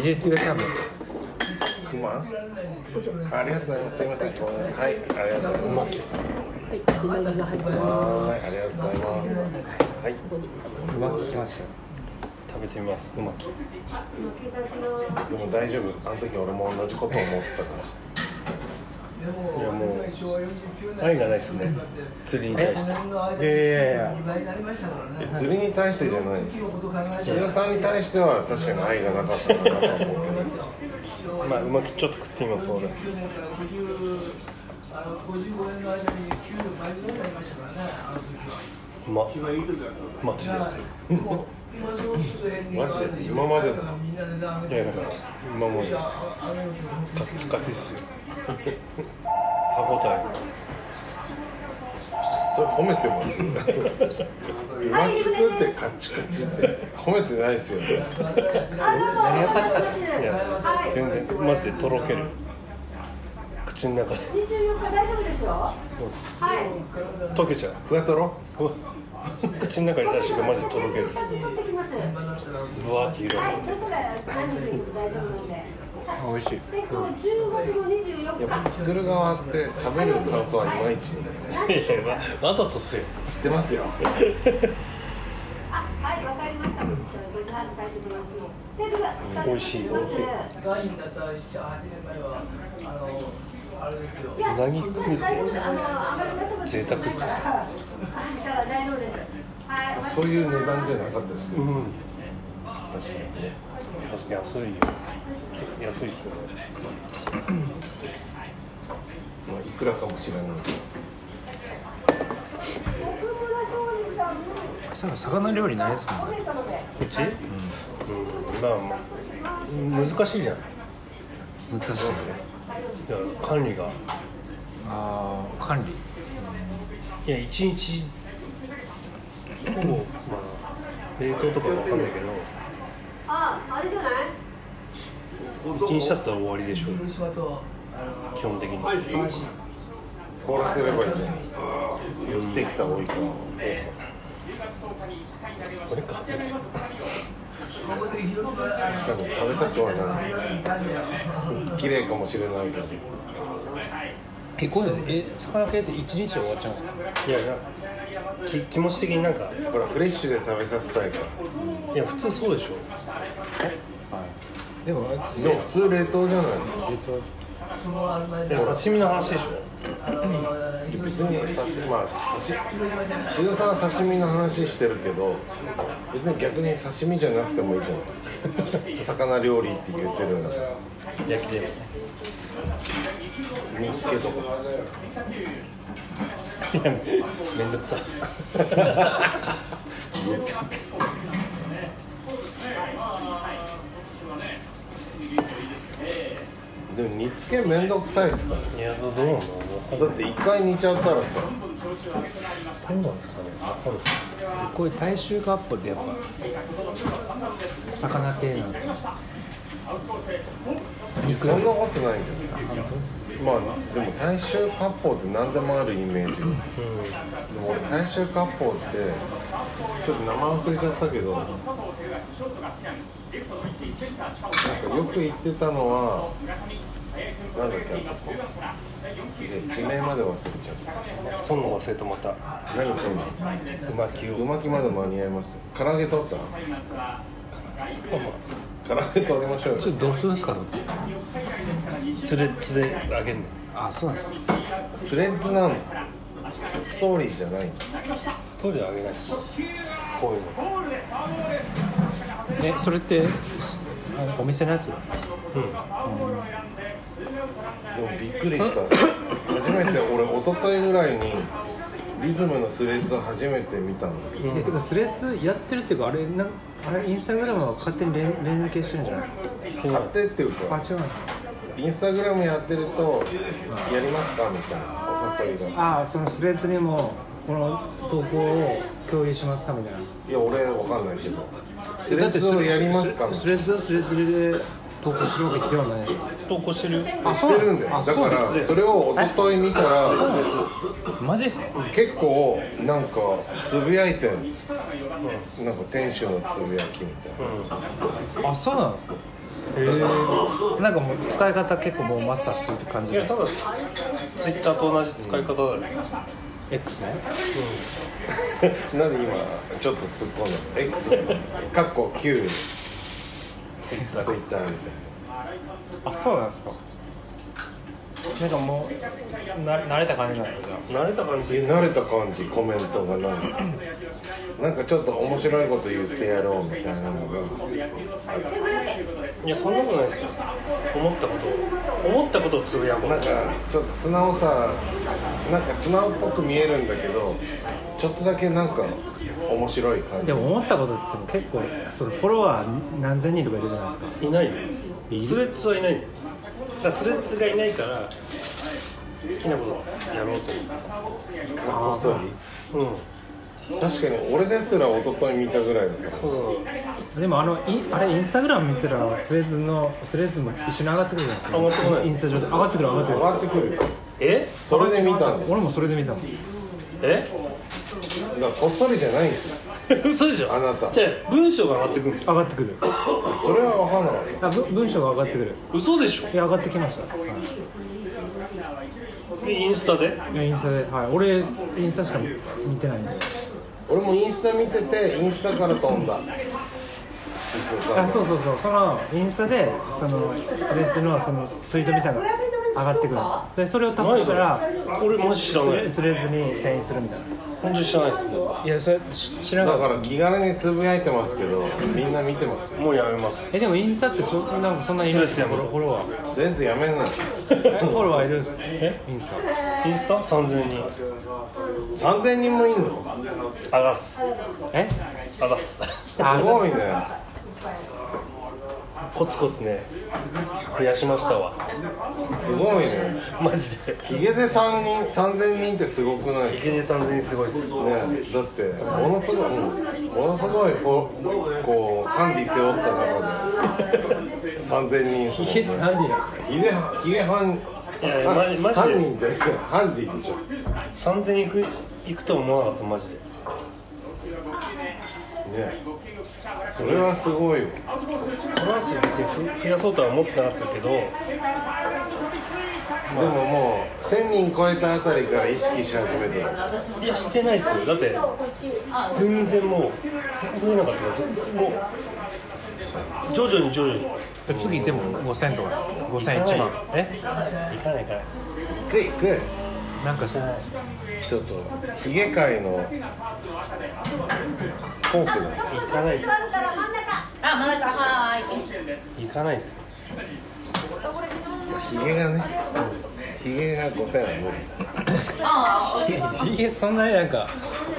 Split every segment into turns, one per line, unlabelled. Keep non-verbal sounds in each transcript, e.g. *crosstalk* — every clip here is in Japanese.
じってください。
クマ。ありがとうございます。すみません。はい、ありがとうございます。
はい、うなぎが入ってま
はーい、ありがとうございます。はい、
うまくきましたよ。
食べてみますうまき
でも大丈夫。あの時俺も同じこと思ってたから。
いやもう愛がないですね釣りに対して
いやいやいや。え釣りに対してじゃないですよ。木田さんに対しては確かに愛がなかったかなと思うけど。
まあうまきちょっと食ってみます俺
9年から50あの55年の間に9年倍ぐらいになりましたからねあの時は
うまマジで
だからもう今すごく縁起がある
マジ
んで
で今までだ
みんな値段上
い
げ
や
て
い
る
や
から
今もう
いやああのように本当に
カチカチっすよ歯応え
それ褒めてます。 *laughs* 馬きくってカ *laughs* チカチって褒めてないですよ *laughs* ね。
何がパチパチ。
いや全然マジでとろける口の中で
24日大丈夫ですよはい
溶けちゃう
ふわとろ。
うわ口の中に出してマジでとろけ
二
る
つ取ってきますは
ぶわーって色が
い、それぞれ何人ずつ大丈夫なんで
美味しい。
で、この10月の24
やっぱ
日
作る側って食べる感想はいまいちですね。
いやいやわわざとっすよ
知ってますよ。 *laughs*
あ、はい、わかりましたちょっとご飯炊いてきますよで、ルー
美味しい
いや、
第2型7、8年前はあのあれですよ
うなぎ食うって
大丈夫ですあの、あまりまとまって
贅沢っすよ
はい、だから大丈夫ですはい、お待ちしてます
そういう値段じゃなかったですけ
う
ど、
ん
確かにね。
安いよ安いっすね
まあ、いくらかもしれないけど。
奥村勝利さんの
その魚料理ないですも
お
んね。
姉様で
うちうんまあまあ難しいじゃんだ
難しい。
から管理が
ああ、管理。
いや一日ほぼまあ冷凍とかわかんないけど
あ、あれじゃない
一日経ったら終わりでしょ
広島とあの
基本的に
三市
凍らせればいいじゃないですか。釣ってきた多いから。
これか別に
ここで広島あの
確かに食べたくはな
ようにいたんだよ *laughs*
い。綺麗かもしれないけど。
え、こういうの、え、魚系って一日で終わっちゃうんですか。
いやいやき気持ち的になんか
ほら、フレッシュで食べさせたいから。
いや普通そうでしょ
はい。でも、え
でも普通冷凍じゃないですか。
っと
そのあの前
い
で
や刺身の話でしょ
あの広
別
島
に刺身、まあ、刺身。志田さんは刺身の話してるけど、別に逆に刺身じゃなくてもいいじゃないですか。魚料理って言ってるんだから。
焼きでも
煮付けとか。
いやめんどくさい
言っちゃって。でも煮付けめんどくさいですからね
*laughs* いやどうなんだろう
だって一回煮ちゃったらさ
どうなんですかねわかんない
こういう大衆割烹ってやっぱ魚系なんですか肉
そんなことないけどまあでも大衆割烹って何でもあるイメージ、でも俺大衆割烹ってちょっと名前忘れちゃったけどなんかよく言ってたのはなんだっけあそこすげえ地名まで忘れちゃっ
布団の忘れとまた
た何とんの
うまきを
うまきまだ間に合いますよ唐揚げ取った唐揚げ取りましょうよ
ちょっとどうするんですかと
スレッズであげんの
あそうなんですか
スレッズなんだストーリーじゃないんだ
ストーリーであげないっすよこういうの
えそれってすお店のやつ
でもびっくりした初めて俺一昨日ぐらいにリズムのスレッズを初めて見たんだけど
えてかスレッズやってるっていうかあれなあれインスタグラムは勝手に連連携してるんじゃないです
勝手っていう
か
か
あ違う
インスタグラムやってると「やりますか?」みたいなお誘いが
ああそのスレッズにもこの投稿を共有しますかみたいない
や俺わかんないけどスレッズをやりますかみた
ス
い
レッズはスレッズで投稿するわけではないでしょ
投稿してるよ
なしてるんだよ
あ
だ
そう
か
なん
らそれを一昨日見たら
マジですか
結構なんかつぶやいてんなんか店主のつぶやきみたいな
あそうなんですかへえなんかもう使い方結構もうマスターしてるって感じ
い
じゃ
や
ないで
た
すか
だツイッターと同じ使い方だよ、ね
X ね
なんで今ちょっと突っ込んだの X かっこ Q ツイッターみたいな
あそうなんですかなんかもうな慣れた感じなんだじゃ
慣れた感じ
え慣れた感じコメントがなんかなんかちょっと面白いこと言ってやろうみたいなのが
いやそんなことないですよ思ったことを思ったことをつぶやこう
なんかちょっと素直さなんか素直っぽく見えるんだけどちょっとだけなんか面白い感
あ
じ
でも思ったことって結構そのフォロワー何千人とかいるじゃないですか
いないよ
いる
スレッズはいないよだからスレッズがいないから好きなことやろうと
こっそり
思ううん
確かに俺ですら一昨日見たぐらいだから
そう
でもあのインあれインスタグラム見てたらスレッズのスレッズも一緒に上がってくるじゃないですか
上がってこない
インスタ上で上がってくる上がってく
上
る
がってくるよ
え
それで見たんだよ
俺もそれで見たもん
え *laughs*
だからこっそりじゃないんですよ
嘘でしょ
あなた
じゃあ文章が上がってくる
上がってくる
それは分かんなかった
あぶ文章が上がってくる
嘘でしょ
いや上がってきました、はい
でインスタで
いやインスタで、はい、俺インスタしか見てないんで
俺もインスタ見ててインスタから飛んだ
あそうそうそうそのインスタでそのスレッズのそのツイートみたいなの上がってくるんですよでそれをタップしたら
俺マジ知ら
ス
ない
レスレッズに遷移するみたいな
本当に知らないですね
いやそれし知らな
だ
かっ
から気軽につぶやいてますけどみんな見てますよ
もうやめます
たえでもインスタってそなんかそんなにいるんですよ
ス
フ
レッズやめ
ォロ
ろ
フォロワー
全然やめない
えフォロワーいるんですかインスタ
インスタ3000人
3000人もいんの
あざっす
え
あざっす
あ
すごいね
コツコツね増やしましたわ
すごいね
マジで
ヒゲで3人3000人ってすごくないです
ヒ
か
ゲで3000人すごいです
ねだってものすごい、うんものすごいこうこうハンディ背負った中で3000人
ヒゲ
っ
って
すもんね
何でなんですか
ヒゲヒゲハン
いやいやマジマジ
ハ
で
ンディじゃなくてハンディでしょ
3000人いくいくとは思わなかったマジで
ねそれはすごいよ
トランシー別にふ増やそうとは思ってなかったけど
でももう1000人超えたあたりから意識し始めてた
いやしてないっすよだって全然もう増えなかったからどもう徐々に徐々に
え次でも5000とかです
行
5000
かない
1
よ
万え
いかないから
グイグ
なんかしてない
イちょっとヒゲ界のフォークだよ
行かない
座るから真ん中
あ、真ん中、はーい。
行かないっすよ
ヒゲがねヒゲが5000は無理
あー、
ヒゲそんなになんか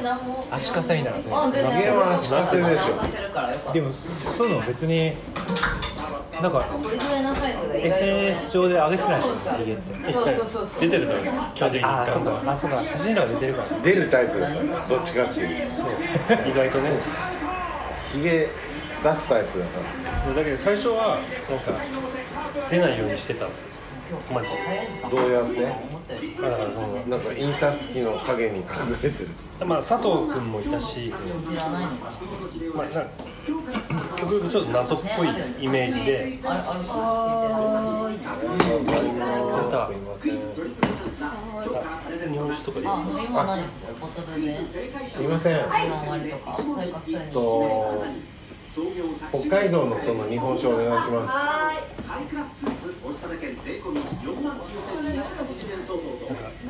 なんも。
足かせみたいな感じ
あ、全然。
ゲームは幸せでしょ
なんかするからよかっ
でもそういうの別になんか
たこれぐらいのサイズが意外とね
SNS 上で上げてないじゃないですかヒゲって
そうそうそうそう。
出てるからね基本的に
ああそう
行っ
かあそうか写真とか出てるから
出るタイプだからどっちかっていう
たら意外とね
ヒゲ出すタイプだか
だけど最初はなんか出ないようにしてたんですよマジで
早い時
らどうやって
思ったより。
だからその
なんか印刷機の影に隠れてる
まあ佐藤君もいたし、
知らない
ま
のかな。
あ、なんか極力ちょっと謎っぽいイメージで
あれ、あれ、そうですね。
とすい
出た
ません
日本酒とかでいいですか
あ、飲み物何ですか。ボトルで。
すいません
日本割りとか。それか普通に。
と北海道のその日本酒お願いします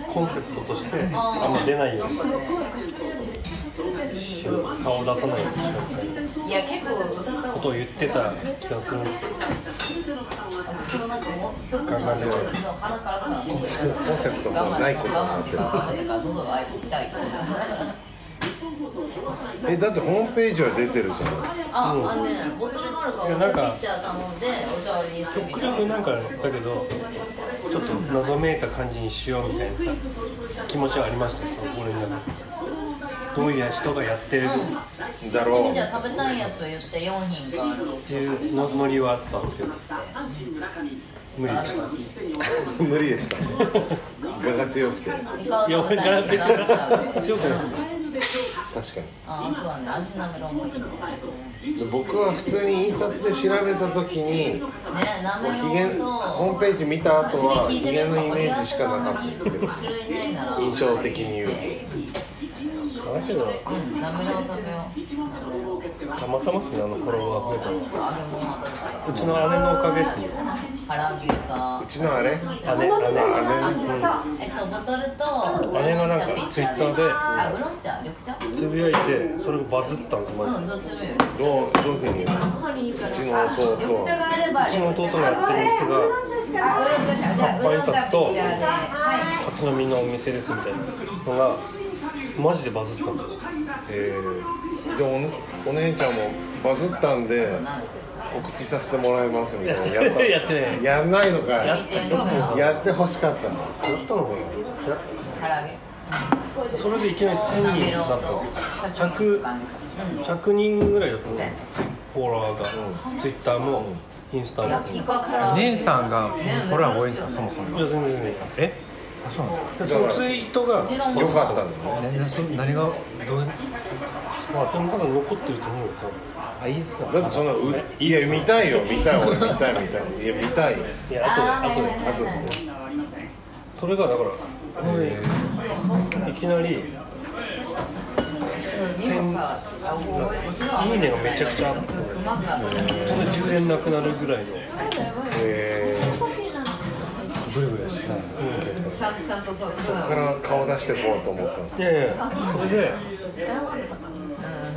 コンセプトとしてあんま出ないように顔出さないように
いや、結構。
ことを言ってた気がするんですけ
私もなんかもう、すごくなんか鼻からさ、コン
コンセプトもないことになってる
喉が痛い。
えだってホームページは出てるじゃないですか
あ、あのね、ボトルがあるから、
いやなんか
ピッチャー頼んで、お茶割りにしてみ
ど
た
極力なんかだけどちょっと謎めいた感じにしようみたいな気持ちはありましたその俺の中でどういう人がやってる
だろ
君
う
じゃ食べたいやつ言って4品がある
っていうのノリはあったんですけど無理でした
無理でした画が強くて
イカを
いや
食べ
俺
た
が
いやつ
別に強くないです
確確かに
ああそうだね味なめろんもいいねね
で僕は普通に印刷で調べた時に
なめろんと
ヒゲホームページ見た後はヒゲのイメージしかなかったですけど
種類ないなら
印象的に言う
あれは
うんなめろん食べよう
たまたまっすねあのフォロワーが増えたの
揚
うちの姉
げ物食べたら
のおかげっすね
腹揚げさ
うちのあれ
姉
あれ
えっとボトルと
姉がなんかツイッターで
あウーロン茶緑茶
つぶやいてそれがバズったんですマジで
うんどっちでもいいよ
どうどういうふうに言うのうちの弟
緑茶
は
があれば
うちの弟がやってる店が
あウーロン茶じゃあウーロン茶ピッチャーで
立ち飲みのお店ですみたいなのがマジでバズったんですよ
えー、でおお姉ちゃんもバズったんで告知させてもらいますみたいなやった
やってない
やんないのか
や
い
ってない
やってほしかった
やったのかなや
腹揚げ
それでいきなり1000人だったんですよ100 100人ぐらいだったんですよフォロワーが、ツイッターもインスタもいや
イカから
姉さんがフォロワー多いんですかそもそも
全然全然
え
でそのツイートが
よかったのね
ななそ何がど
ま
う
あでもまだ残ってると思うよ多分
あいいっすわ
だってそんなういや見たいよ見たい俺見たい見たいいや見たい
いや後で後で
あとね
それがだから、いきなり
い
いいねがめちゃくちゃあってそんな充電なくなるぐらいの
えー、こ
ブルブルしてない
ちゃんちゃんとそうそう
こから顔出してこうと思ったんです
いやいやそれで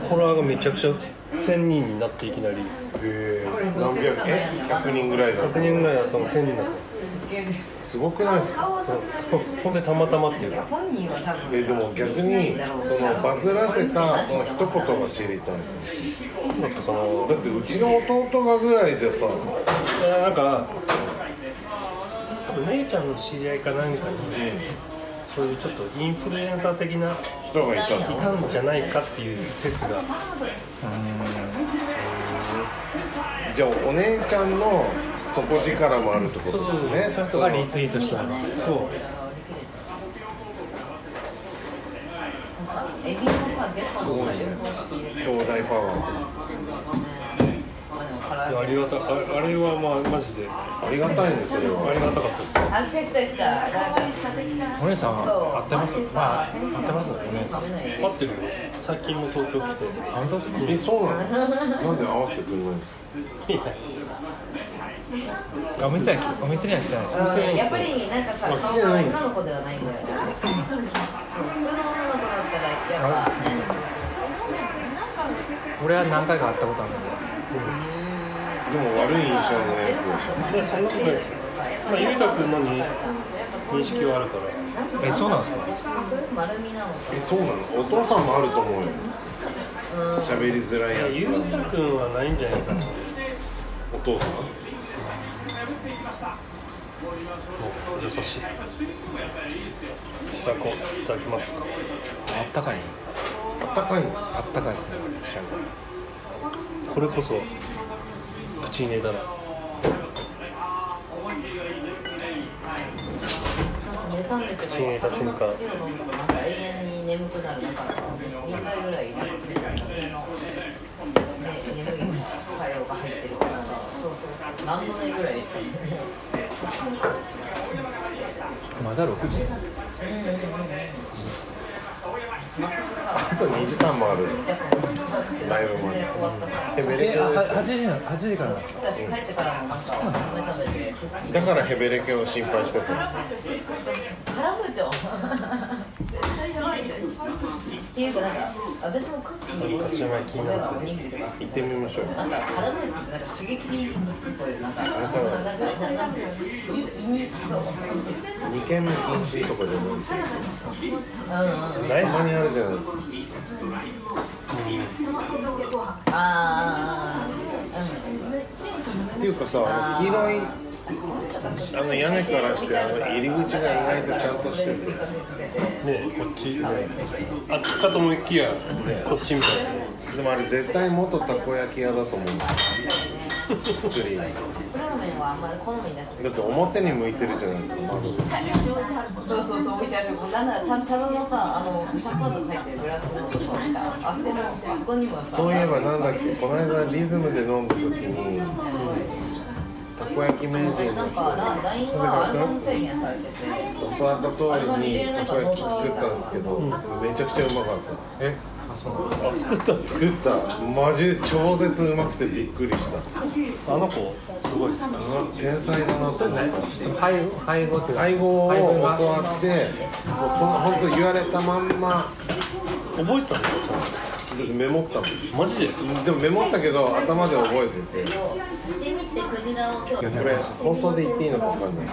フォロワーがめちゃくちゃ1000人になっていきなり
えー、何百え100人ぐらいだった
100人ぐらいだったの1000人だった
すごくないですか
のほんでたまたまっていうか
本人は多分
えでも逆にそのバズらせたその一言が知りたい
だったかな
だってうちの弟がぐらいでさ
いやなんか多分姉ちゃんの知り合いかなんかに、そういうちょっとインフルエンサー的な
人がいた
い
の
たんじゃないかっていう説が
じゃあお姉ちゃんの底力もあるってことだよね
とかリツイートしたの
そう
エビのさゲストの
兄弟パワ
いやありがたああれはまあマジであ
ーありがたいねそれは
りがたかったです
あ、来た来た来た。なんか
お姉さん
そう。
は合ってますまあ合ってますお姉さん
待
ん。
ってるよ最近も東京来て
本当ですか
えそうなのなんで合わせてくれないんですか
*laughs* いや
お店はお店には来てないでしょ
うんやっぱりなんかさ、顔が女の子ではないんだよね。そう普通の女の子だったら、やっぱね。
俺は何回か会ったことあるん
でも悪い印象の
い
や
やそんなことないですよまあゆうたくんのに認識はあるから
でえそうなんですか
丸みなの
つえそうなのお父さんもあると思うよ喋りづらいや
いや
つ
ゆうたくんはないんじゃないかな
お父さん
優しい白子いただきます
あったかい
あったかいの
あったかいですね
これこそ口に入れたら
妬んでて
口に入れた瞬間
なんか永遠に眠くなるだから2回ぐらいなんかそれの、ね、眠い作用が入ってるからそうそう何度寝ぐらいしたの
まだ6時です
うんうんうんうん
あと2時間もあるライブまで
終わったさ
ヘベレ
え
ケ
あ
です
8時な8時からなんですか
私帰ってからもなんか米食べてクッキー
だからヘベレケを心配してたの
カラムーチョっていうかなんか私もクッキー
立ち上がり気になるんですよ
おにぎりとか
行ってみましょう
なんか腹持ちなんか刺激にこういうなんかなんかなんか胃にそうう
2軒目禁止とかじゃない
んうん
ない
たまにあるじゃないですか
あ
っていうかさあの黄色いあの屋根からしてあの入り口が意外とちゃんとしてて
ねこっちあっちかと思いきやこっちみたいな
でもあれ絶対元たこ焼き屋だと思うんですよ作り
あラーメンはあんまり好みだった
だって表に向いてるじゃないですか窓が
そうそうそう置いてあるもうなんならた棚のさあのシャンパンと書いてるグラスのとこ見たあそこのあそこにもさ
そういえばなんだっけこの間リズムで飲んだ時にたこ焼き名人の人
なんかララインはアルバム制限されてて
教わった通りにたこ焼き作ったんですけど、めちゃくちゃうまかった
えあ作ったんです
作ったマジ超絶うまくてびっくりした
あの子すごいですね
うわ天才だなと思った
その配配合っていうか
配合を
配分
教
が
わってもうその本当言われたまんま
覚えてたんだ
メモったも
マジで
んでもメモったけど頭で覚えてて
伏見ってクジラを今日
これ放送で言っていいのかわかんない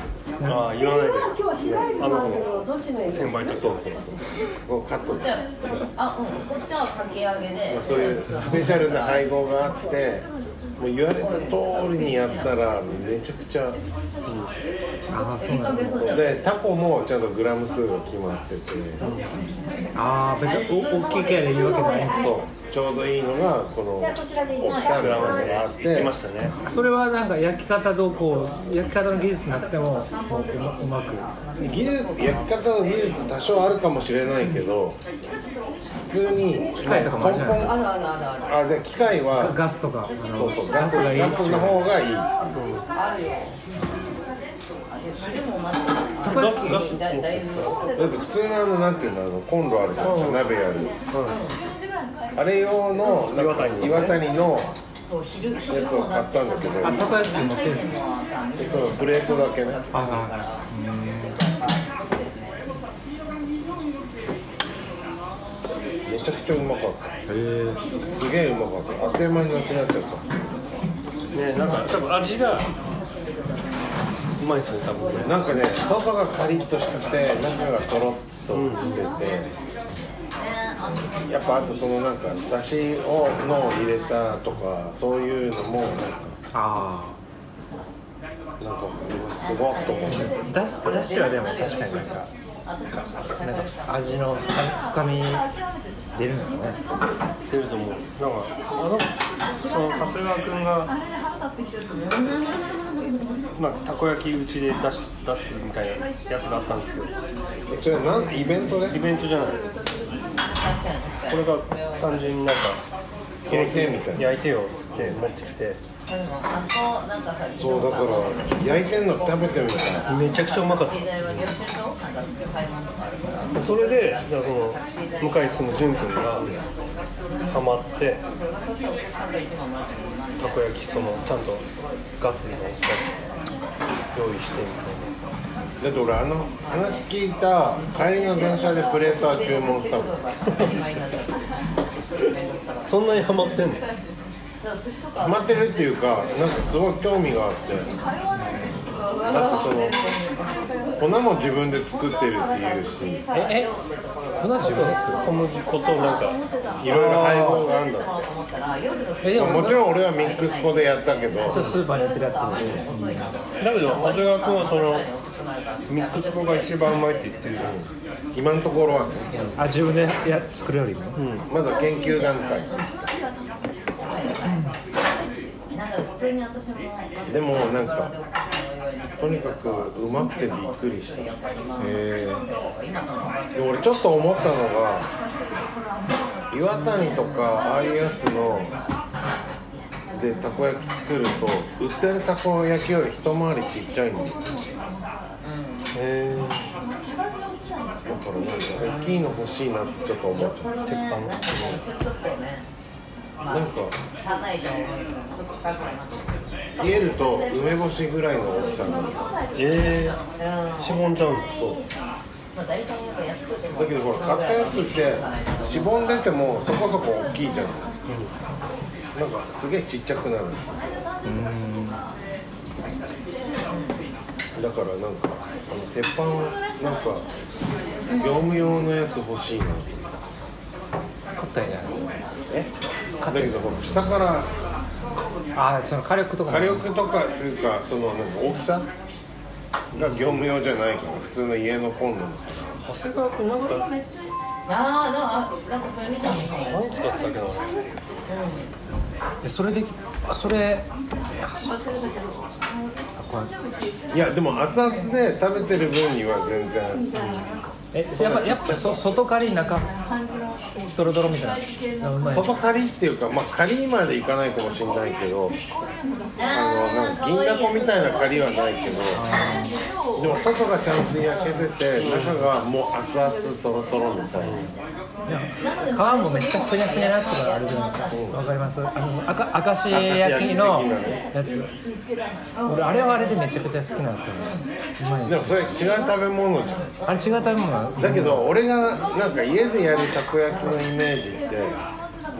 ああ言わないで
今日次第日なんだけど、どっちの
先輩とそうそうそう
こうカット
じ
で
ゃああうんこっちはかき揚げで
そういうスペシャルな配合があってもう言われた通りにやったらめちゃくちゃ
あーそう
見
な
か
んだ
けそうじゃん
でタコもちゃんとグラム数が決まってて
ああ別にお大きい系で言うわけじゃないんです
そうちょうどいいのがこの大きさグラムがあ
言
っ
って
て
ましたね
それはなんか焼き方どうこう焼き方の技術なくてもこううまうまく
技術焼き方の技術多少あるかもしれないけど普通に機
械とかもあるじゃないです
あるあるあるある
あで機械
ガ
は
ガスとかあの
そうそうガス
ガスがいい
ガスの方がいいっていう
あるよあれでも待ってた
ガスガス
だだいぶ
だって普通のあのなんていうんだろうコンロあるじゃないですか鍋やる、あれ用のなんか岩
岩
谷の
そう昼昼
やつを買ったんだけど
あたこ焼きに乗ってるんですか
えそうプレートだけね
ああ
めちゃくちゃうまかっ
へえ
たすげえうまかったあっという間になくなっちゃっ
ねなんか多分味がうまいですね多分ね
たなんかね外がカリッとしてて中がとろっとしてて、やっぱあとそのなんかだしをの入れたとかそういうのもなんか
あ
なんかうわすごいと思って
あだしだしはでも確かになんかなんか味の深み出るんですかね
出ると思うなんかあのその長谷川君がまあたこ焼きうちで出し出すみたいなやつがあったんですけど
えそれはなんイベントで
イベントじゃないこ
確かに確か
れ
に
が単純になんか
焼いてみたいな
焼いてよっつって持ってきて
でもあそこなんかさ
そうだから焼いてんの食べてみたいな
めちゃくちゃうまかっ
携帯は領収書なんか買い物とかあるから
たそれでだからその向井進淳君がハマって
それがそしたらお客さんが一番もらったのに今み
たこ焼きそのちゃんとガスのやつ用意してみたいな
だって俺あの話聞いた帰りの電車でプレートは注文したもん
そんなにハマってんの
ハマってるっていうかなんかすごい興味があって粉も自分で作ってるっていうし
ええ
粉自分で作る
小麦粉となんか
いろいろ配合があるんだっ
えで
て
も
もちろん俺はミックス粉でやったけど
そうスーパーに売ってるやつで
だけど長谷川君はそのミックス粉が一番うまいって言ってるじゃん
今のところは
あ自分でや作るよりも
まだ研究段階
なんか普通に私も
でもなんかとにかくうまくてびっくりした
え
で俺ちょっと思ったのが岩谷とかああいうやつのでたこ焼き作ると売ってるたこ焼きより一回りちっちゃいんだよ
へえ
だからなんか大きいの欲しいなってちょっと思
よっ
っちゃ
ぽ
う
どねなんかちょっとねま
なんか
あ社内で思いがちょっと高くなって
冷えると梅干しぐらいの大きさなんだ
え
うん
ー、しぼんじゃうんだそう
まあ大体やっぱ安くても
だけどほら買ったやつってしぼんでてもそこそこ大きいじゃないですか、なんかすげえちっちゃくなるんですよだからなんかあの鉄板なんか業務用のやつ欲しいなと
買ったらいいんじゃないです
えだけどほら下から
かああその火力とかも
火力とかというかそのなんか大きさが業務用じゃないから普通の家のコンロの
長谷川君なんか
あーなんかなんかそれ見たのね
何使ってたっけな
えそれできあそれ
そうすると
たこう
いやでも熱々で食べてる分には全然、
えやっぱやっぱそ外カリ中ドロドロみたいなあうまい
外カリっていうかまあカリまでいかないかもしれないけどあのなんか銀だこみたいなカリはないけどでも外がちゃんと焼けてて中がもう熱々トロトロみたいな
皮もめっちゃふにゃふにゃなやつがあるじゃないですかわかりますあの赤明石焼きのやつ俺あれはあれでめちゃくちゃ好きなんですよねうまいです
でもそれ違う食べ物じゃん
あれ違う食べ物
だけど俺がなんか家でやるたこ焼きのイメージって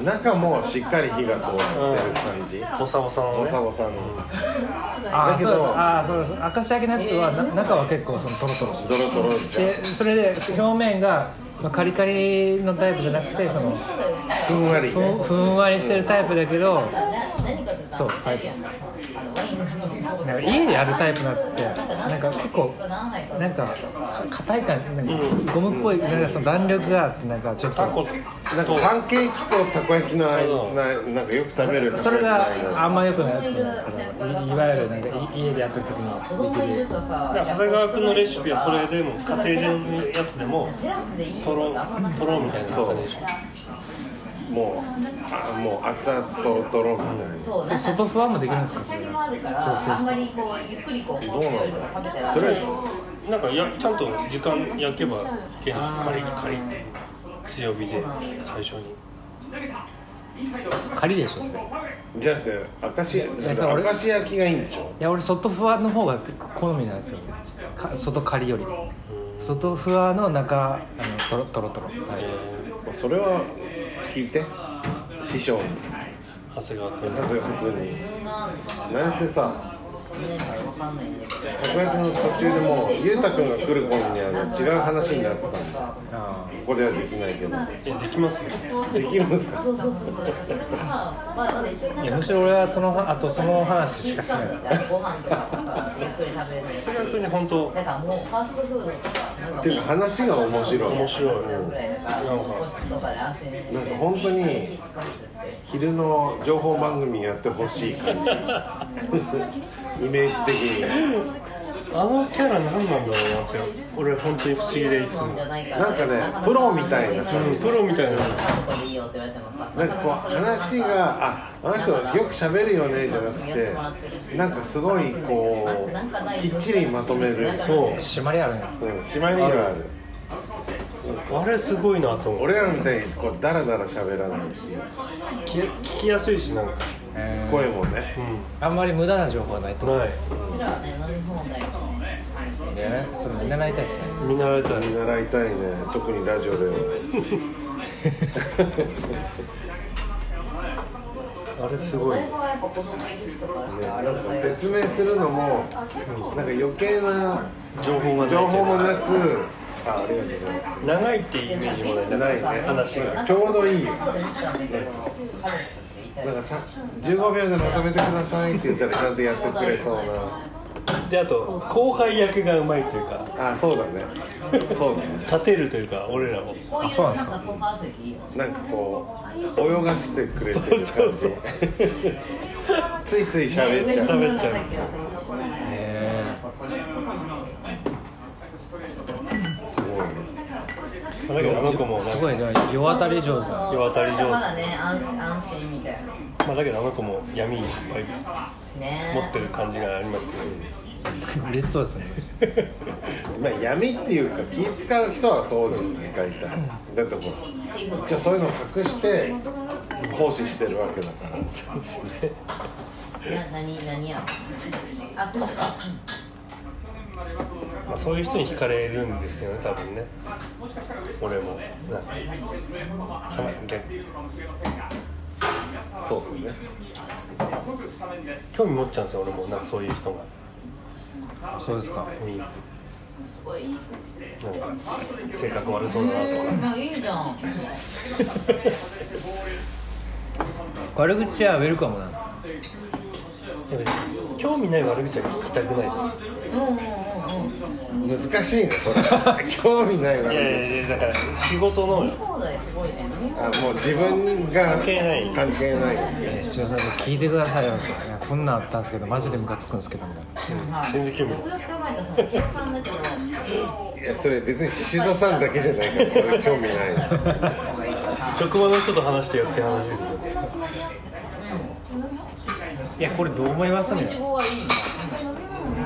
中もしっかり火が通ってる感じ
ボサボサの
ボ
ね
サボサの
あ
だ
ー
け
そう
ど
そうあーそうそう明石焼きのやつはな中は結構そのトロトロしてる
ドロドロじゃん
でそれで表面がまあカリカリのタイプじゃなくてその
ふんわり
ふん
ね
ふんわりしてるタイプだけど
そうタイプなん
なんか
か家
家
で
で
や
や
る
る
タ
タ
イ
イ
プ
プ
の
のや
やつ
つっ
っ
てて
な
なんんか
か結
結
構
構
な
なんん
か
かか硬い感じなんかゴムっぽいなんかその弾力があってなんかちょっ
タコ
と
と
なんかパンケーキとたこ焼きの間ななんかよく食べる
それがあんま
り
良くないやつじゃないですかだからいいわゆるなんかい家でやった時にできる
だから長谷川君のレシピはそれでも家庭でのやつでもとろとろみたいな感じでしょ
もうあもう熱々トロトロみたいな
そうなんか
外不安もできるんですか
シャリもあるからあんまりこうゆっくりこうこう
どうなんだ
とか食べたら
それ
なんかやちゃんと時間焼けば切れるしカリカリって強火で最初に
仮でしょそれい
じゃなくて明石
やそれ俺
明石焼きがいいんでしょ
や俺外不安の方が好みなんですよか外仮より外不安の中あのトロトロトロはい
それは聞いて師匠に
長谷川君
長谷川君に
なんか
なんせさ
ねわかんないんだけど
たこ焼きの途中でもう裕太君が来る頃にはね違う話になってたんでこ
あ
こではできないけど
えできますよ
できるんですか
そうそうそうそうそれもさまあまだ一人
ー
ないん
や
か
むしろ俺はそのあとその話しかしてないです
ご飯とかさゆっくり食べれない
長
し
谷川君に本当
だからもうファーストフードとかなんか
っていうか話が面白い
面白いぐらいだから個室とかで安心して
なんか本当に昼の情報番組やってほしい感じイメージ的に
あのキャラ何なんだろうなって俺本当に不思議でいつも
なんかねプロみたいな
うんプロみたいな
なんかこう話がああの人よく喋るよねじゃなくてなんかすごいこうきっちりまとめる
そう
ね締まりあるね
うん、締まりがある
あれすごいなと思う
俺らみたいにこうダラダラ喋らないっていう
聞聞きやすいしなんか
え
声もね
う
ーあんまり無駄な情報はないと
ん
思う
ない
んだよねそれ見習いたいですね
見慣れた
見
ね
習いたいね特にラジオでは
あれすごい
なんか説明するのもなんか余計な
情報がないけど
情報もなくあありがとうございま
長いってイメージもない
ないね
話が
ちょうどいいよすなんかさ15秒でまとめてくださいって言ったらちゃんとやってくれそうな
であと後輩役がうまいというか
あそうだねそうだね
立てるというか俺らも
こういうなんかソファー席いいよ
なんかこう泳がせてくれてる感じついつい喋っちゃう
喋っちゃう
え
すごいね
だけどあの子もなん
ー
か
すごいじゃあ世渡り上手だ
世渡り上手
まだね安心安心みたいな
まあ、だけどあの子も闇いっぱい
ね
持ってる感じがありますけど、
嬉しそうですね
まあ闇っていうか気使う人はそうじゃん大体だってほ
シーフ
ら
ード
じゃあそういうの隠して奉仕してるわけだから
な何何やあそうか
*laughs* まあ、そういう人に惹かれるんですよね多分ね俺もなんか花逆
そうですね
興味持っちゃうんですよ俺もなんかそういう人が
そうですか
うんなんか性格悪そうだなとか
うんいいじゃん
悪口はウェルカムなの
いや別に興味ない悪口は聞きたくない
うんうんうんうん
難しいねそれ *laughs* 興味ないわ
いやいやいやだから仕事の
飲み放題すごいね飲み放
あ
題
もう自分が
関係ない
関係ない
視聴者さん聞いてくださいよこんなんあったんですけどマジでムカつくんですけどみたい
はい
全然興味ない
よくよく考えたらその共感だけど
いやそれ別に宍戸さんだけじゃないからそれ興味ないな
職場の人と話してよって話ですよ
ないやこれどう思いますね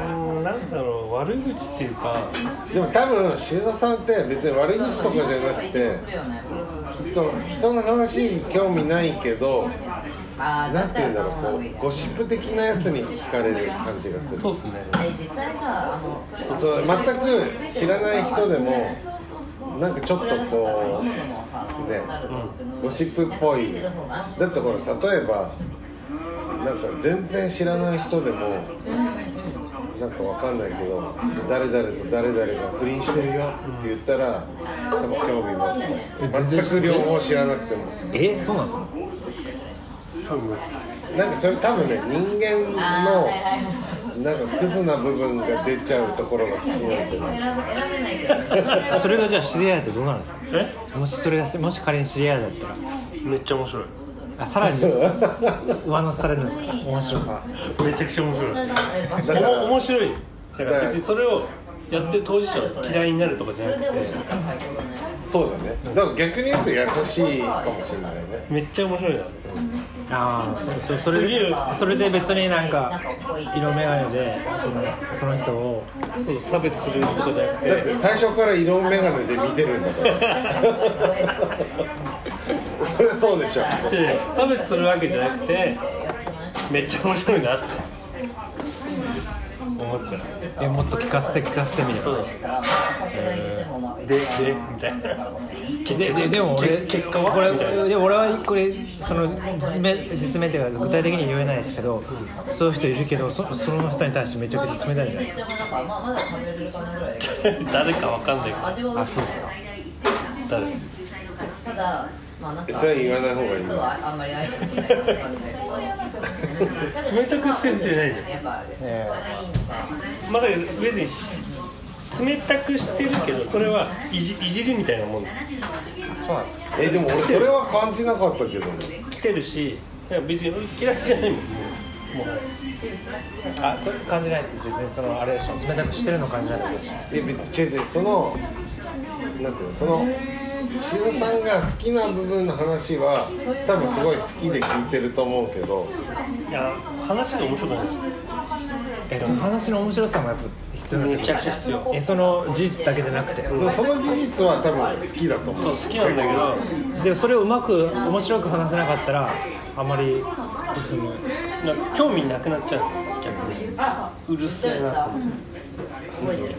うんなんだろう悪口っていうか
でも多分宍戸さんって別に悪口とかじゃなくて
するよね
ちょっと人の話に興味ないけど
あー
なんて言うんだろう
絶対頭の
こ
上で
うゴシップ的なやつに惹かれる感じがする
そうっすね
え実際さあのそれ
そうそう全く知らない人でもなんかちょっとこ
飲むのもさ
うねゴシップっぽいだってほら例えばなんか全然知らない人でもなんかわかんないけど誰々と誰々が不倫してるよって言ったら多分興味持つと思う全く両方知らなくても
えそうなんですか
興味ないです
なんかそれ多分ね人間
あー
の
はいはいはい
なんかクズな部分が出ちゃうところが好きなんじゃ
選べ
ない
ないけどね
*laughs* それがじゃあ知り合いだってどうなるんですか
え
もしそれがもし仮に知り合いだったら
めっちゃ面白い
あさらに上乗せされるんですか面白さ
めちゃくちゃ面白い
だか
おも
ら
面白いだから別にそれをやってる当事者が嫌いになるとかじゃなくて
そうだねだから逆に言うと優しいかもしれないね
めっちゃ面白いな
ああそそそ
すげ
れ
え
それで別になんか色眼鏡でそのその人を
そう差別するとかじゃなく
だってて最初から色眼鏡で見てるんだからそれはそうでしょ
違う差別するわけじゃなくてめっちゃ面白いなって思っちゃう
えもっと聞かせて聞かせてみれ
そう
ば
ででみたいな
でででも俺
結果は
これ
みたいな
で俺はこれその実名実名っていうか具体的には言えないですけどそういう人いるけどそその人に対してめちゃくちゃ冷たいじゃないですか
誰かわかんないけど
あそうですか
誰
ただまあなんか
それは言わない方がいい
そうはあんまり愛してない
冷たくしてるんじゃないじゃん
やっぱ
え
いいのか
まあだけど別にし冷たくしてるけどそれはいじいじりみたいなもん
そうなんですか
えでも俺それは感じなかったけどね
来てるしいや別に俺嫌いじゃないもんもうもう
あそれ感じないって別にそのあれでしょ冷たくしてるの感じないってことでしょ
え別に違う違うそのなんていうのその石田さんが好きな部分の話は多分すごい好きで聞いてると思うけど
いや話が面白くないし
えその話の面白さもやっぱ必要なんだ
め
よね
ちゃくちゃ必要
えその事実だけじゃなくて
でもその事実は多分好きだと思
そうう好きなんだけど
でもそれをうまく面白く話せなかったらあんまり別に
なんか興味なくなっちゃう逆にうるせえな
覚えてる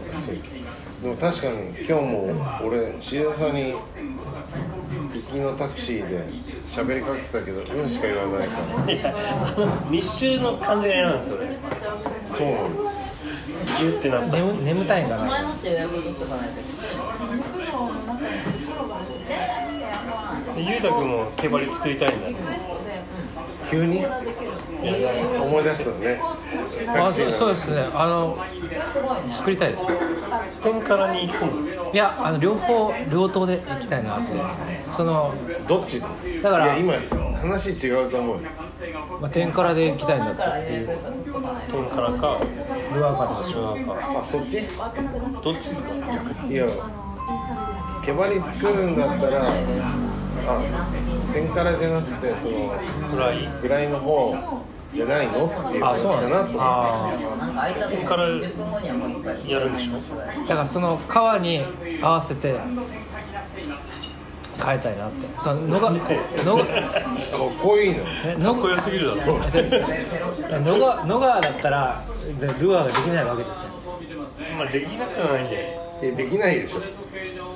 でも確かに今日も俺石田さんに行きのタクシーで喋りかけたけどうんしか言わないから
いやあの密集の感じが嫌なんですよ俺
そうなの
ギュってなった
眠眠たいんだな
前もって予約取っておかないと
ゆうたくんも毛張り作りたいんだね
急に思い出したのねタ
あ
クシー
そ
な
う
の
そうですねあの
すごいね
作りたいですね
天からに行き込む
いやあの両方両党で行きたいなってその
どっちだ
だから
いや今話違うと思うよ
まあ、天からで行きたいんだ
から
って
予
いう
約取っておかないと
天からか
ルアーカーとかし
シュワーか
あそっちい
どっちですか
や毛張り作るんだったらあ点からじゃなくてその
フライ
ぐらいの方じゃないのっていう感
あ
じ
そう
か
なんです
なと思う
あ
なんか空いたとこ10分後にはもういっぱい
やるんでしょ
だからその川に合わせて変えたいなってその野が野が
かっこいいの
え
か
野
っこよ
が
すぎるだろ
野が野川だったらでルアーができないわけですよ、
まあできなくはないんだよ
えできないでしょ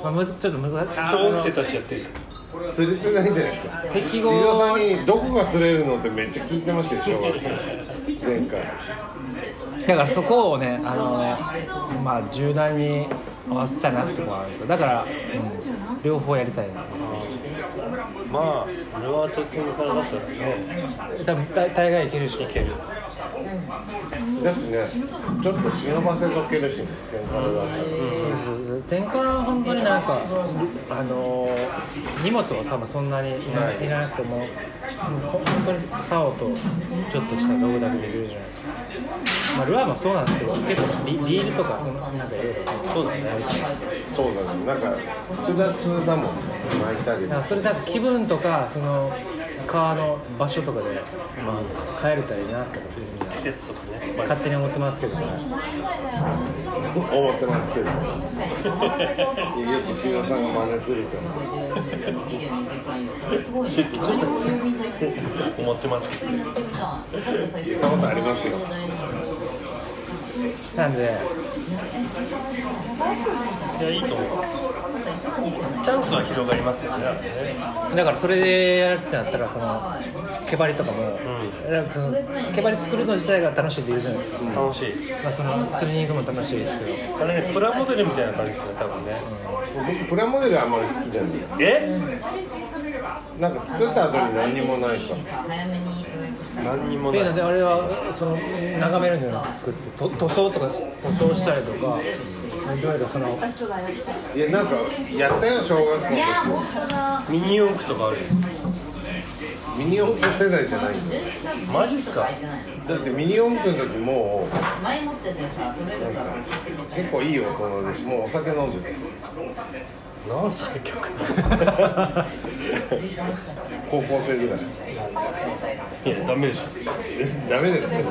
まあ、むずちょっと難しいあ
小学生たちやってるじゃん
釣れてないんじゃないですか
適
石
合
田さんにどこが釣れるのってめっちゃ聞いてましたよ小学生前回
だからそこをねあのねまあ柔軟に合わせたいなってのがあるんですよだから、うん両方やりたいな
まあルアーと天からだったらね
多分大大概いけるでしょ
いける
だってねちょっと忍ばせとけるしね天からだったら
そうそう転換は本当になんかあのー荷物は多分そんなにいら,、
はい
い、らなくてももうほ本当に竿とちょっとした道具だけでできるじゃないですか、まあ、ルアーもそうなんですけど結構リリールとかそのなんかいろいろそうだね
そうだねなんか複雑だもん巻いたり
だから
も
それだから気分とかその川の場所とかで、まあ、帰れたらいいなっていうふうには
季節とかね、まあ
勝手に思ってますけどね
思ってますけどよく
志
志
賀
賀
さ
さ
ん
ん
が
が真
真似
似
す
す
る
るか
か。
ら
すごいね。
思ってますけどね
行
ったことありますよ
なんで
いやいいと思うチャンスは広がりますよねあれね
だからそれでやるってなったらその毛張りとかも、
う
なんかその毛張り作るの自体が楽しいって言うじゃないですか、
楽しい
まあ、その釣りに行くのも楽しいですけど
あれねプラモデルみたいな感じですね多分ね、
僕プラモデルあんまり好きじゃない
え
なんか作った後に何にもないから
早めに予約した
何にも
って
ないいう
のであれはその眺めるんじゃないですか作ってと塗装とか塗装したりとかいわゆるその
いやなんかやったよ小学校の時
ミニ四駆とかある
ミニ四駆世代じゃないんだよ
マジっすか
だってミニ四駆の時も
前もっててさ、それ
うなん
か
か結構いい大人でしもうお酒飲んでて
何歳曲
高校生ぐらい
*laughs* いやダメでしょ
えダメですけど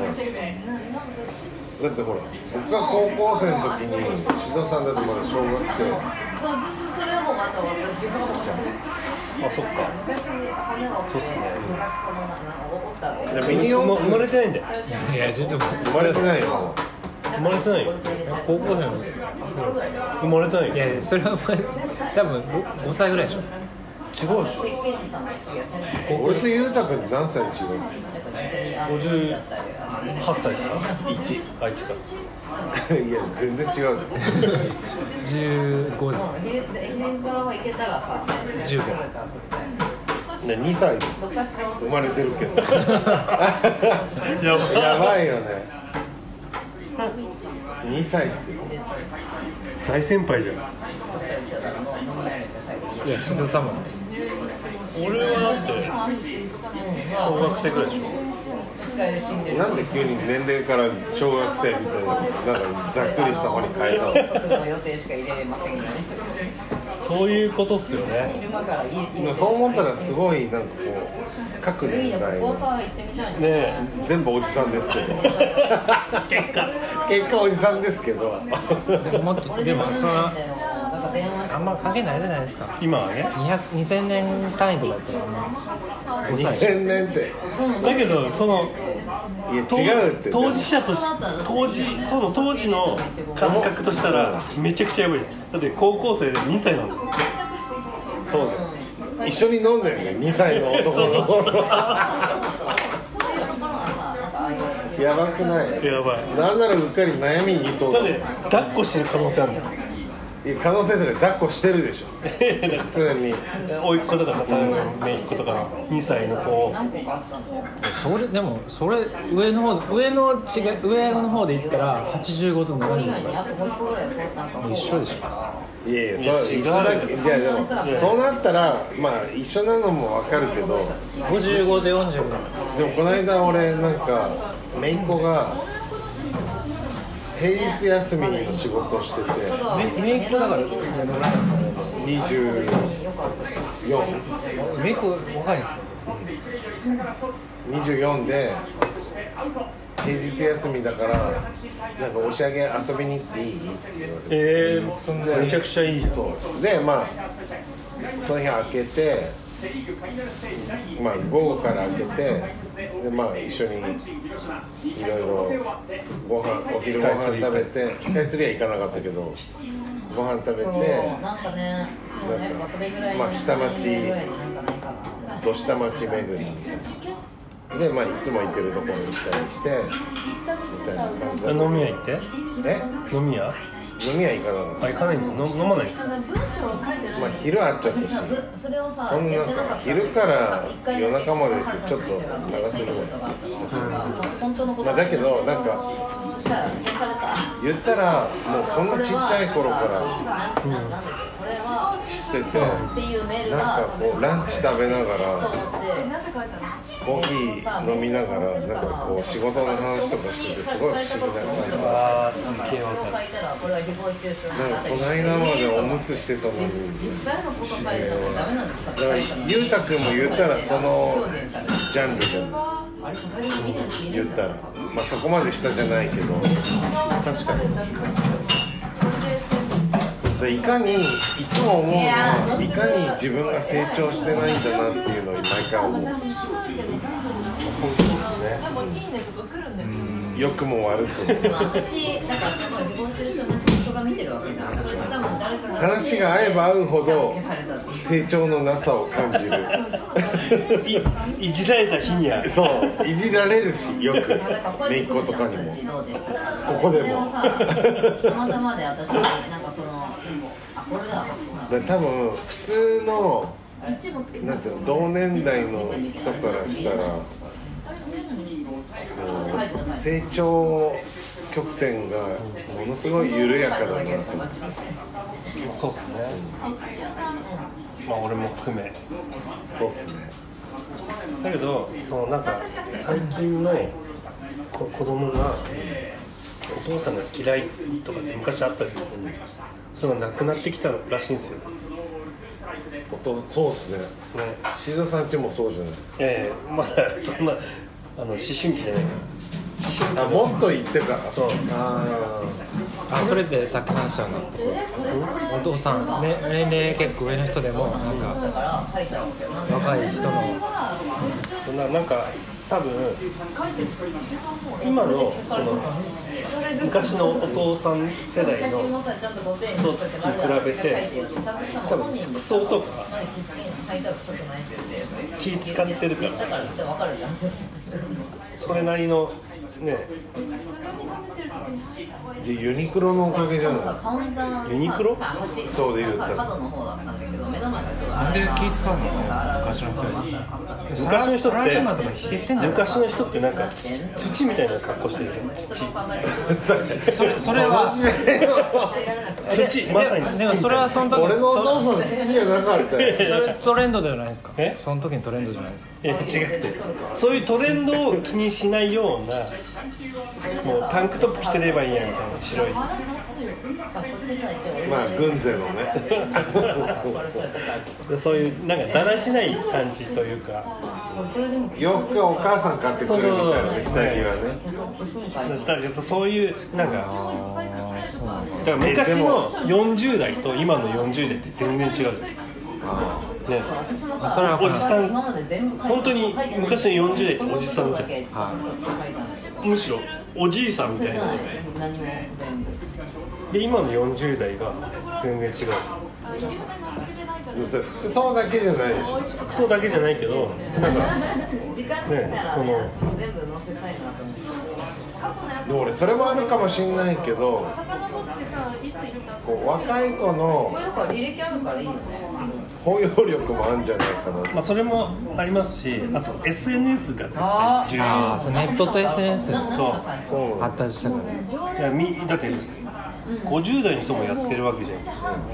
だってほら僕が高校生の時に志田さんだってまだ小学生
そう、それはもうまた私が
あそっか
昔骨を折って、昔そのなんか折ったわけ
いやミ
ミ
ニ
ニ
四
四
駆
駆生まれてないんだよ
いや全然
生まれてないよ
生
まれてないよ
高校生なの
生まれてないよ
いやそれはお前多分ご5歳ぐらいでしょ
違うでしょ俺と裕太君って何歳違う
8歳ですか1あいつか
の *laughs* いや全然違うじゃん
15です
2歳で生まれてるけ
*laughs*
どやばいよね2歳っすよ
大先輩じゃん
いや志田さんも
俺はだって小学生ぐらいでしょ
なんで急に年齢から小学生みたいななんかざっくりした方に変えたの
そういうことっすよね
今そう思ったらすごいなんかこう各年代
ねえ
全部おじさんですけ *laughs* ど結果結果おじさんですけど
でももっとでもそのあんま関係ないじゃないですか
今はね
200 2000年単位とかだったらあんま5歳でしょ
2000年って
だけどその当
いや違うって
当事者とし当時その当時の感覚としたらめちゃくちゃやばいだって高校生で2歳なんだよ
そうだよ一緒に飲んだよね2歳の男 *laughs* の子やばくない
やばい
なんならうっかり悩みにいそう
だ
だ
っ
もん
て抱っこしてる可能性あるの
いや可能性とか抱っこしてるで *laughs* しょ普通に
甥っ子とか片目っ子とか2歳の子を
それでもそれ上の方上の違い上の方で言ったら85と70とか一緒でし
いやいや
い
そう
や違う
一緒だけどいやでもそうなったらまあ一緒なのもわかるけど
ょ55で45
でもこの間俺なんか姪っ子が平日休みの仕事をしてて
めめいっ子だからいやでもなんか
2424
そのめいっ子若いんですよ
で平日休みだからなんか押し上げ遊びに行っていいって言われて。
えー、そんなめちゃくちゃいいじゃん
そうでまあその日開けてまあ午後から開けてでまあ一緒にいろいろご飯お昼ご飯食べてスカイツリーは行かなかったけどご飯食べて
なんかね、そうね、まあそれぐらい
まあ下町
それぐらいでなんかないかな
土下町巡りでまあいつも行ってるところに行ったりしてみたいな感じだっ
飲み屋行って
たえ
飲み屋
飲みは行かなかっ
あ行かないの飲飲まないんですか
たまあ昼会っちゃったし
ずそれをさ、
そんななんか昼から夜中までってちょっと長すぎないですかさすがに
本当のこと
まあ、だけどなんか
さ消された
言ったらもうこんなちっちゃい頃から
なんかなんだっけこれは
知って
って
て
いうメール
なん
が
かこうランチ食べながら
と思って
なんて書いたの
コーヒー飲みながらなんかこう仕事の話とかしててすごい不思議な感じ
ああすげえわかる
これは誹謗中傷
なんかこの間までおむつしてたのに
実際のこと書いたらダメなんですか
だからゆうたくんも言ったらそのジャンルじゃん言ったらまあそこまで下じゃないけど
確かに
でいかにいつも思うのはいかに自分が成長してないんだなっていうのに毎回思う
本当ですね
でもいいねとか来るんだよ、
良くも悪くも
*laughs* 私なんかその誹謗中傷なんて人が見てるわけじゃん私多分誰かが
話が合えば合うほど
消されたって
成長のなさを感じる
*laughs* いいじられた日には
そういじられるしよく姪っ子とかにもここでも
さたまたまで私なんかそのあこれだ
*laughs* だから多分普通の
一もつけて
なんていうの同年代の人からしたらこう成長曲線がものすごい緩やかだなと
そうっすねまあ俺も含め
そうっすね
だけどそのなんか最近のこ子供がお父さんが嫌いとかって昔あったけどそれがなくなってきたらしいんですよ、ね、
音そうっすねシードさんちもそうじゃないですか
ええまあそんなあの思春期じゃないから
あ
思春
もっと言ってから
期そう
あ
あそれでさっき話したようになってお父さん、ね、年齢結構上の人でもなんか
だから書いたわけよなんか
若い人の
そんななんか多分今のその昔のお父さん世代
写真も
の
さちゃんと5点に
そう
って丸
比べて
ちゃんとしかも
多
本
分
人
服
で
装とか
まだキッチン履いたくくないって言って
気使ってるから
言ったからってわかるじゃん
それなりのね
ーでユニクロのおかげじゃないです
さ
か
カウンターのさ
ユニクロ
さ端
そうで言うたら
さ角の方だったんだけど目の前がちょっと
なん
荒い
で
な
気使うの昔の人に
昔の人
サ
って
ラリーマンとか冷えてんじゃん
昔の人ってなんか土土みたいな格好してるよね土
それそれは
土まさに土み
でも
たい
それ
な
はその
*laughs*
時
俺のお父さん好きじゃなかった *laughs* よ
それトレンドじゃないですか
え
その時のトレンドじゃないですか
いや違くてそういうトレンドを気にしないようなもうタンクトップ着てればいいやみたいな白い
まあ軍勢のね
そういうなんかだらしない感じというか
洋服はお母さん買ってくれるみたいな下着はね
だからそういうなんかだから昔の40代と今の40代って全然違うじゃんね
それは
おじさん
ん
本当に昔の40代っておじさんじゃんむしろおじいさんみたいな
何も全部
で今の40代が全然違うじゃん
でもそれ服装だけじゃないでしょ
服装だけじゃないけどなんか
時間できたら、ね、私も全部載せたいなと思って
でも俺それもあるかもしんないけどこう若い子
こ
の
れだから履歴あるからいいよね
包容力もあるんじゃないかな
まあ、それもありますしあと SNS が絶対重
あ
要
あそうネットと SNS
そう
発達したからね
いやみだって50代の人もやってるわけじゃん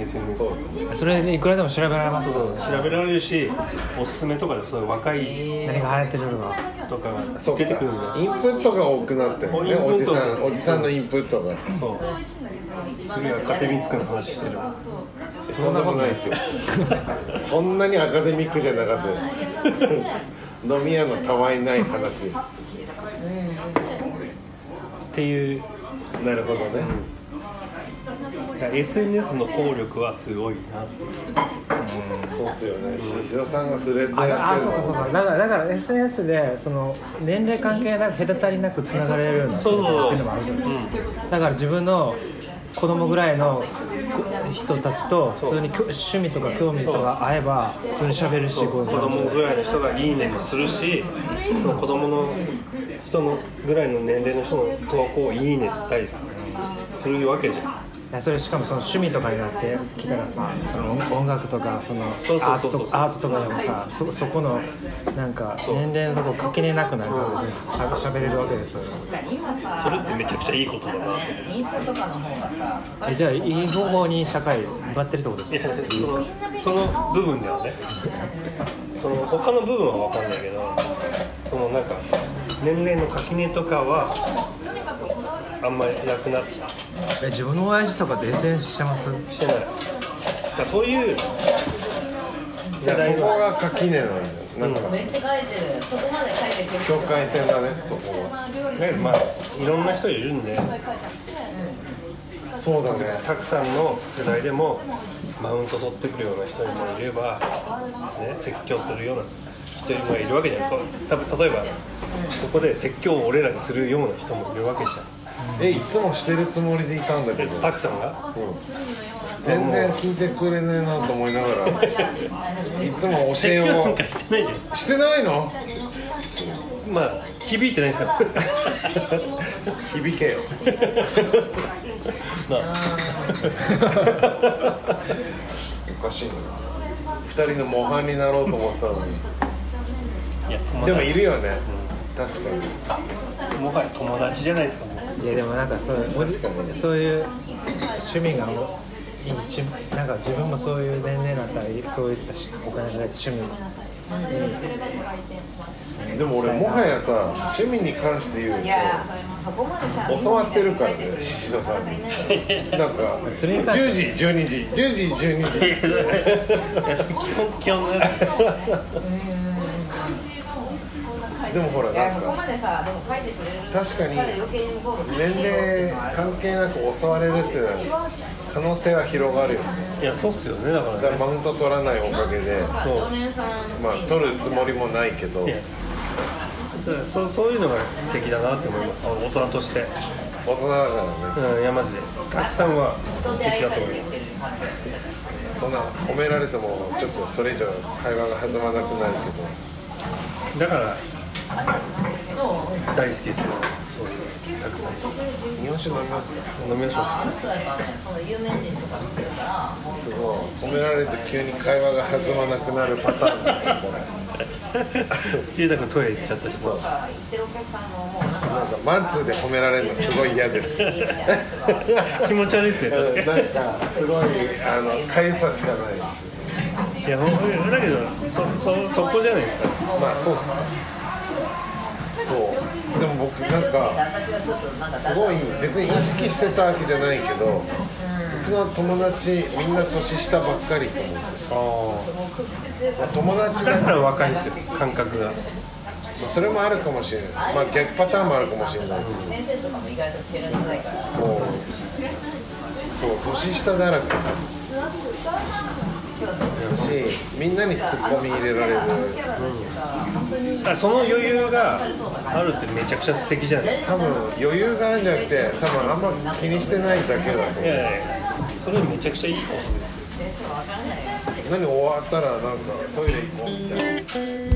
SNS
そう
それでいくらでも調べられます
そうそう調べられるしおすすめとかでそういう若い
何が流行ってるのか
とかが
そうか
出てくるんだ
インプットが多くなってるね
インプット
おじさんおじさんのインプットが
そうすげえアカデミックな話してる
そんなことないですよ *laughs* そんなにアカデミックじゃなかったです飲み屋のたわいない話です
っていう
なるほどね
だから SNS の効力はすごいな
そうっすよねしろさんがスレッド
あ
や
あ
って
そう
る
かそう
の
かだからだから SNS でその年齢関係なく隔たりなくつながれるようになってるっていうのもあると思うんですだから自分の子供ぐらいの人たちと普通にきょ趣味とか興味とか合えば普通に喋るしこう
子供ぐらいの人が「いいね」もするしその子供の人のぐらいの年齢の人の投稿を「いいね」したりするわけじゃん
やそれしかもその趣味とかになってきたらさその音音楽とかそのア
そうそう
ー
そ
ト
うそう
とアートとかでもさそそこのなんか年齢のとこ垣根なくなるから別にしゃしゃべれるわけですよ
確かに今さ
それってめちゃくちゃいいことだな
なんかねインスタとかの方がさ書か
え
れ
じゃあ
て
い
る
い方法に社会向かってるってことです
いや
ね
そのその部分ではねその他の部分は分かんないけどそのなんか年齢の垣根とかはあんまりなくなって
え自分の親父とかって SNS してます
してないだからそういう
い
世
や
代
そこ
の
が垣根なんだよなんか
めっちゃ書いてるそこまで書いてくれて
境界線だねそこは
ねまあいろんな人いるんで
そうだね
たくさんの世代でもマウント取ってくるような人もいれば、ね、説教するような人もいるわけじゃんこうた例えばここで説教を俺らにするような人もいるわけじゃん
えいつもしてるつもりでいたんだけ
で
ど、
たくさんが
うん全然聞いてくれねえなと思いながらいつも教え
説教なん
を
かしてないです
してないの
まあ響いてないですよ
響けよ
なあ
おかしいな二人の模範になろうと思ったのに
いや友
でも
達
いるよね確かに
もはや友達じゃないですかもう
いやでもなんかそういう
確かにね
そういう趣味がもういい趣味なんか自分もそういう年齢になったりそういったしお金が趣味
でも俺もはやさ趣味に関して言う
いやそこまでさ
と教わってるからね宍戸さんに
*laughs*
なんか10時
釣りに
12
関して
時10時12時
いや基本基本のやつ
でもほら
いや
なん
ここま
か
でさでも書いてくれる
確かに
から余計に向こうも
年齢関係なく襲われるっていうのは可能性は広がるよね
いやそうっすよねだから
だ
ね
からマウント取らないおかげで
そう
常連さん
まあ取るつもりもないけど
いやそうそうそういうのが素敵だなって思います大人として
大人だからね
うんいやマジでたくさんは
人
素
で愛
敵
さ
だ
れ
と思い
て
ま
*laughs*
き
す
てる感じ
そんな褒められてもちょっとそれ以上会話が弾まなくなる
だから
そううん
大好きですよそういうのたくさん
けど日本酒飲みますか
飲みましょう *laughs*
ああの人はやっぱねその有名人とか見てるからもう
すごい褒められると急に会話が弾まなくなるパターンですよこれ
ゆうたくんトイレ行っちゃったし
なんか行ってるお客さんももうなん
なん
か
かマンツーで褒められるのすごい嫌です
いいみたいな人が
気持ち悪いっすね確か
なんかすごいあのかゆさしかないです
にいやほんだけどそそそこじゃないですか
まあそうっすねそうでも僕なんか
私はちょっとなんかだ
すごい別に意識してたわけじゃないけど僕の友達みんな年下ばっかりと思って
あ
友達だ
だ
か
から
ら
若いっすよ感覚が
それもあるかもしれないですまあ逆パターンもあるかもしれないけど
先生とかも意外と知らないから
こうそう年下だらけだしみんなにツッコミ入れられる
あその余裕があるってめちゃくちゃ素敵じゃないですか
多分余裕があるんじゃなくて多分あんま気にしてないだけだと
い
思う
やいやいやそれめちゃくちゃいいことです
何終わったらなんかトイレ行こうみたいな。